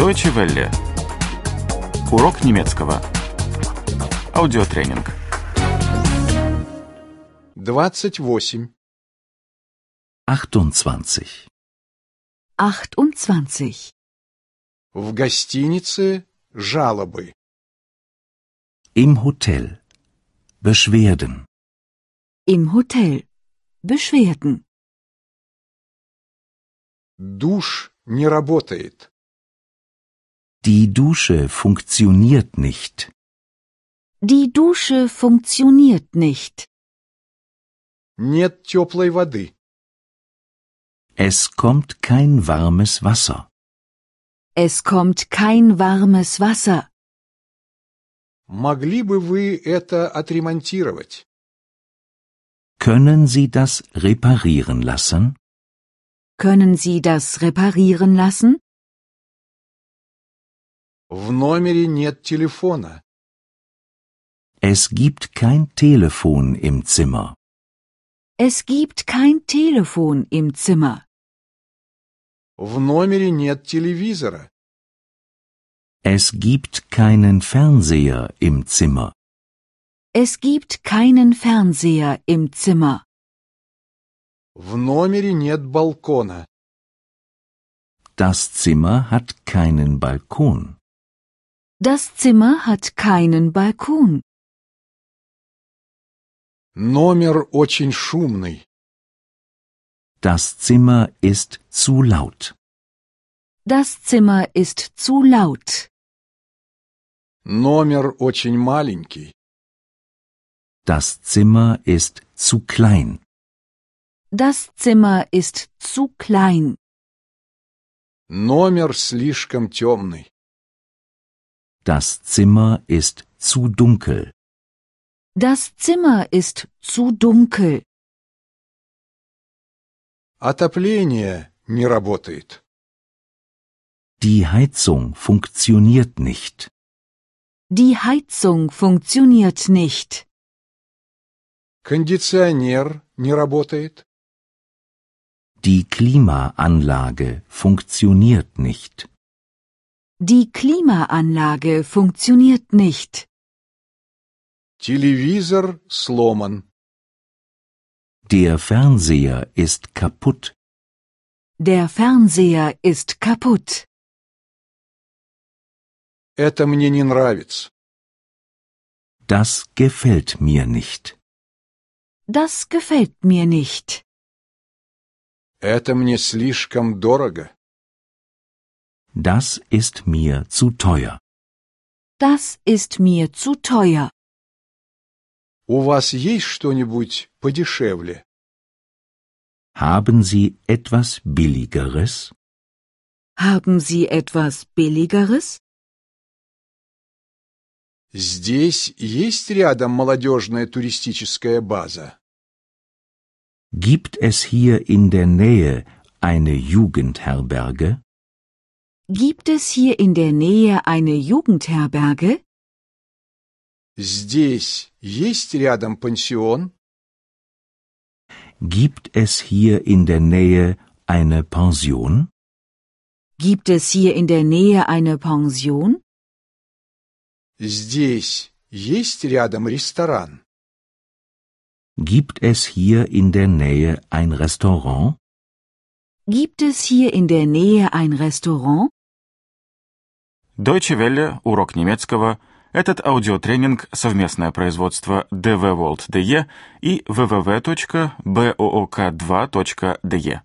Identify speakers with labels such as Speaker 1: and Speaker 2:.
Speaker 1: Deutsche Welle. Урок немецкого. Аудиотренинг.
Speaker 2: 28.
Speaker 3: 28.
Speaker 4: 28.
Speaker 2: В гостинице жалобы.
Speaker 3: Im Hotel. Beschwerden.
Speaker 4: Im Hotel. Beschwerden.
Speaker 2: Душ не работает.
Speaker 3: Die Dusche funktioniert nicht.
Speaker 4: Die Dusche funktioniert nicht.
Speaker 2: Нет теплой воды.
Speaker 3: Es kommt kein warmes Wasser.
Speaker 4: Es kommt kein warmes Wasser.
Speaker 2: Могли бы вы это отремонтировать?
Speaker 3: Können Sie das reparieren lassen?
Speaker 4: Können Sie das reparieren lassen?
Speaker 2: В номере нет телефона.
Speaker 3: Es gibt kein Telefon im Zimmer.
Speaker 4: Es gibt kein Telefon im Zimmer.
Speaker 2: В номере нет телевизора.
Speaker 3: Es gibt keinen Fernseher im Zimmer.
Speaker 4: Es gibt keinen Fernseher im Zimmer.
Speaker 2: В номере нет балкона.
Speaker 3: Das Zimmer hat keinen Balkon.
Speaker 4: Das Zimmer hat keinen Balkon.
Speaker 2: Номер очень шумный.
Speaker 3: Das Zimmer ist zu laut.
Speaker 4: Das Zimmer ist zu laut.
Speaker 2: Номер очень маленький.
Speaker 3: Das Zimmer ist zu klein.
Speaker 4: Das Zimmer ist zu klein.
Speaker 2: Номер слишком темный.
Speaker 3: Das Zimmer ist zu dunkel.
Speaker 4: Das Zimmer ist zu dunkel.
Speaker 2: Отопление не работает.
Speaker 3: Die Heizung funktioniert nicht.
Speaker 4: Die Heizung funktioniert nicht.
Speaker 2: Кондиционер не работает.
Speaker 3: Die Klimaanlage funktioniert nicht.
Speaker 4: Die Klimaanlage funktioniert nicht.
Speaker 2: Телевизор сломан.
Speaker 3: Der Fernseher ist kaputt.
Speaker 4: Der Fernseher ist kaputt.
Speaker 2: Это мне не нравится.
Speaker 3: Das gefällt mir nicht.
Speaker 4: Das gefällt mir nicht.
Speaker 2: Это мне слишком дорого.
Speaker 3: Das ist mir zu teuer.
Speaker 4: Das ist mir zu teuer.
Speaker 2: У вас есть что-нибудь подешевле?
Speaker 3: Haben Sie etwas Billigeres?
Speaker 4: Haben Sie etwas Billigeres?
Speaker 2: Здесь есть рядом молодежная туристическая база.
Speaker 3: Gibt es hier in der Nähe eine Jugendherberge?
Speaker 4: Gibt es hier in der Nähe eine Jugendherberge?
Speaker 2: Здесь есть рядом пансион.
Speaker 3: Gibt es hier in der Nähe eine Pension?
Speaker 4: Gibt es hier in der Nähe eine Pension?
Speaker 2: Здесь есть рядом ресторан.
Speaker 3: Gibt es hier in der Nähe ein Restaurant?
Speaker 4: Gibt es hier in der Nähe ein Restaurant?
Speaker 1: Deutsche Welle. Урок немецкого. Этот аудиотренинг – совместное производство DW World DE и www.book2.de.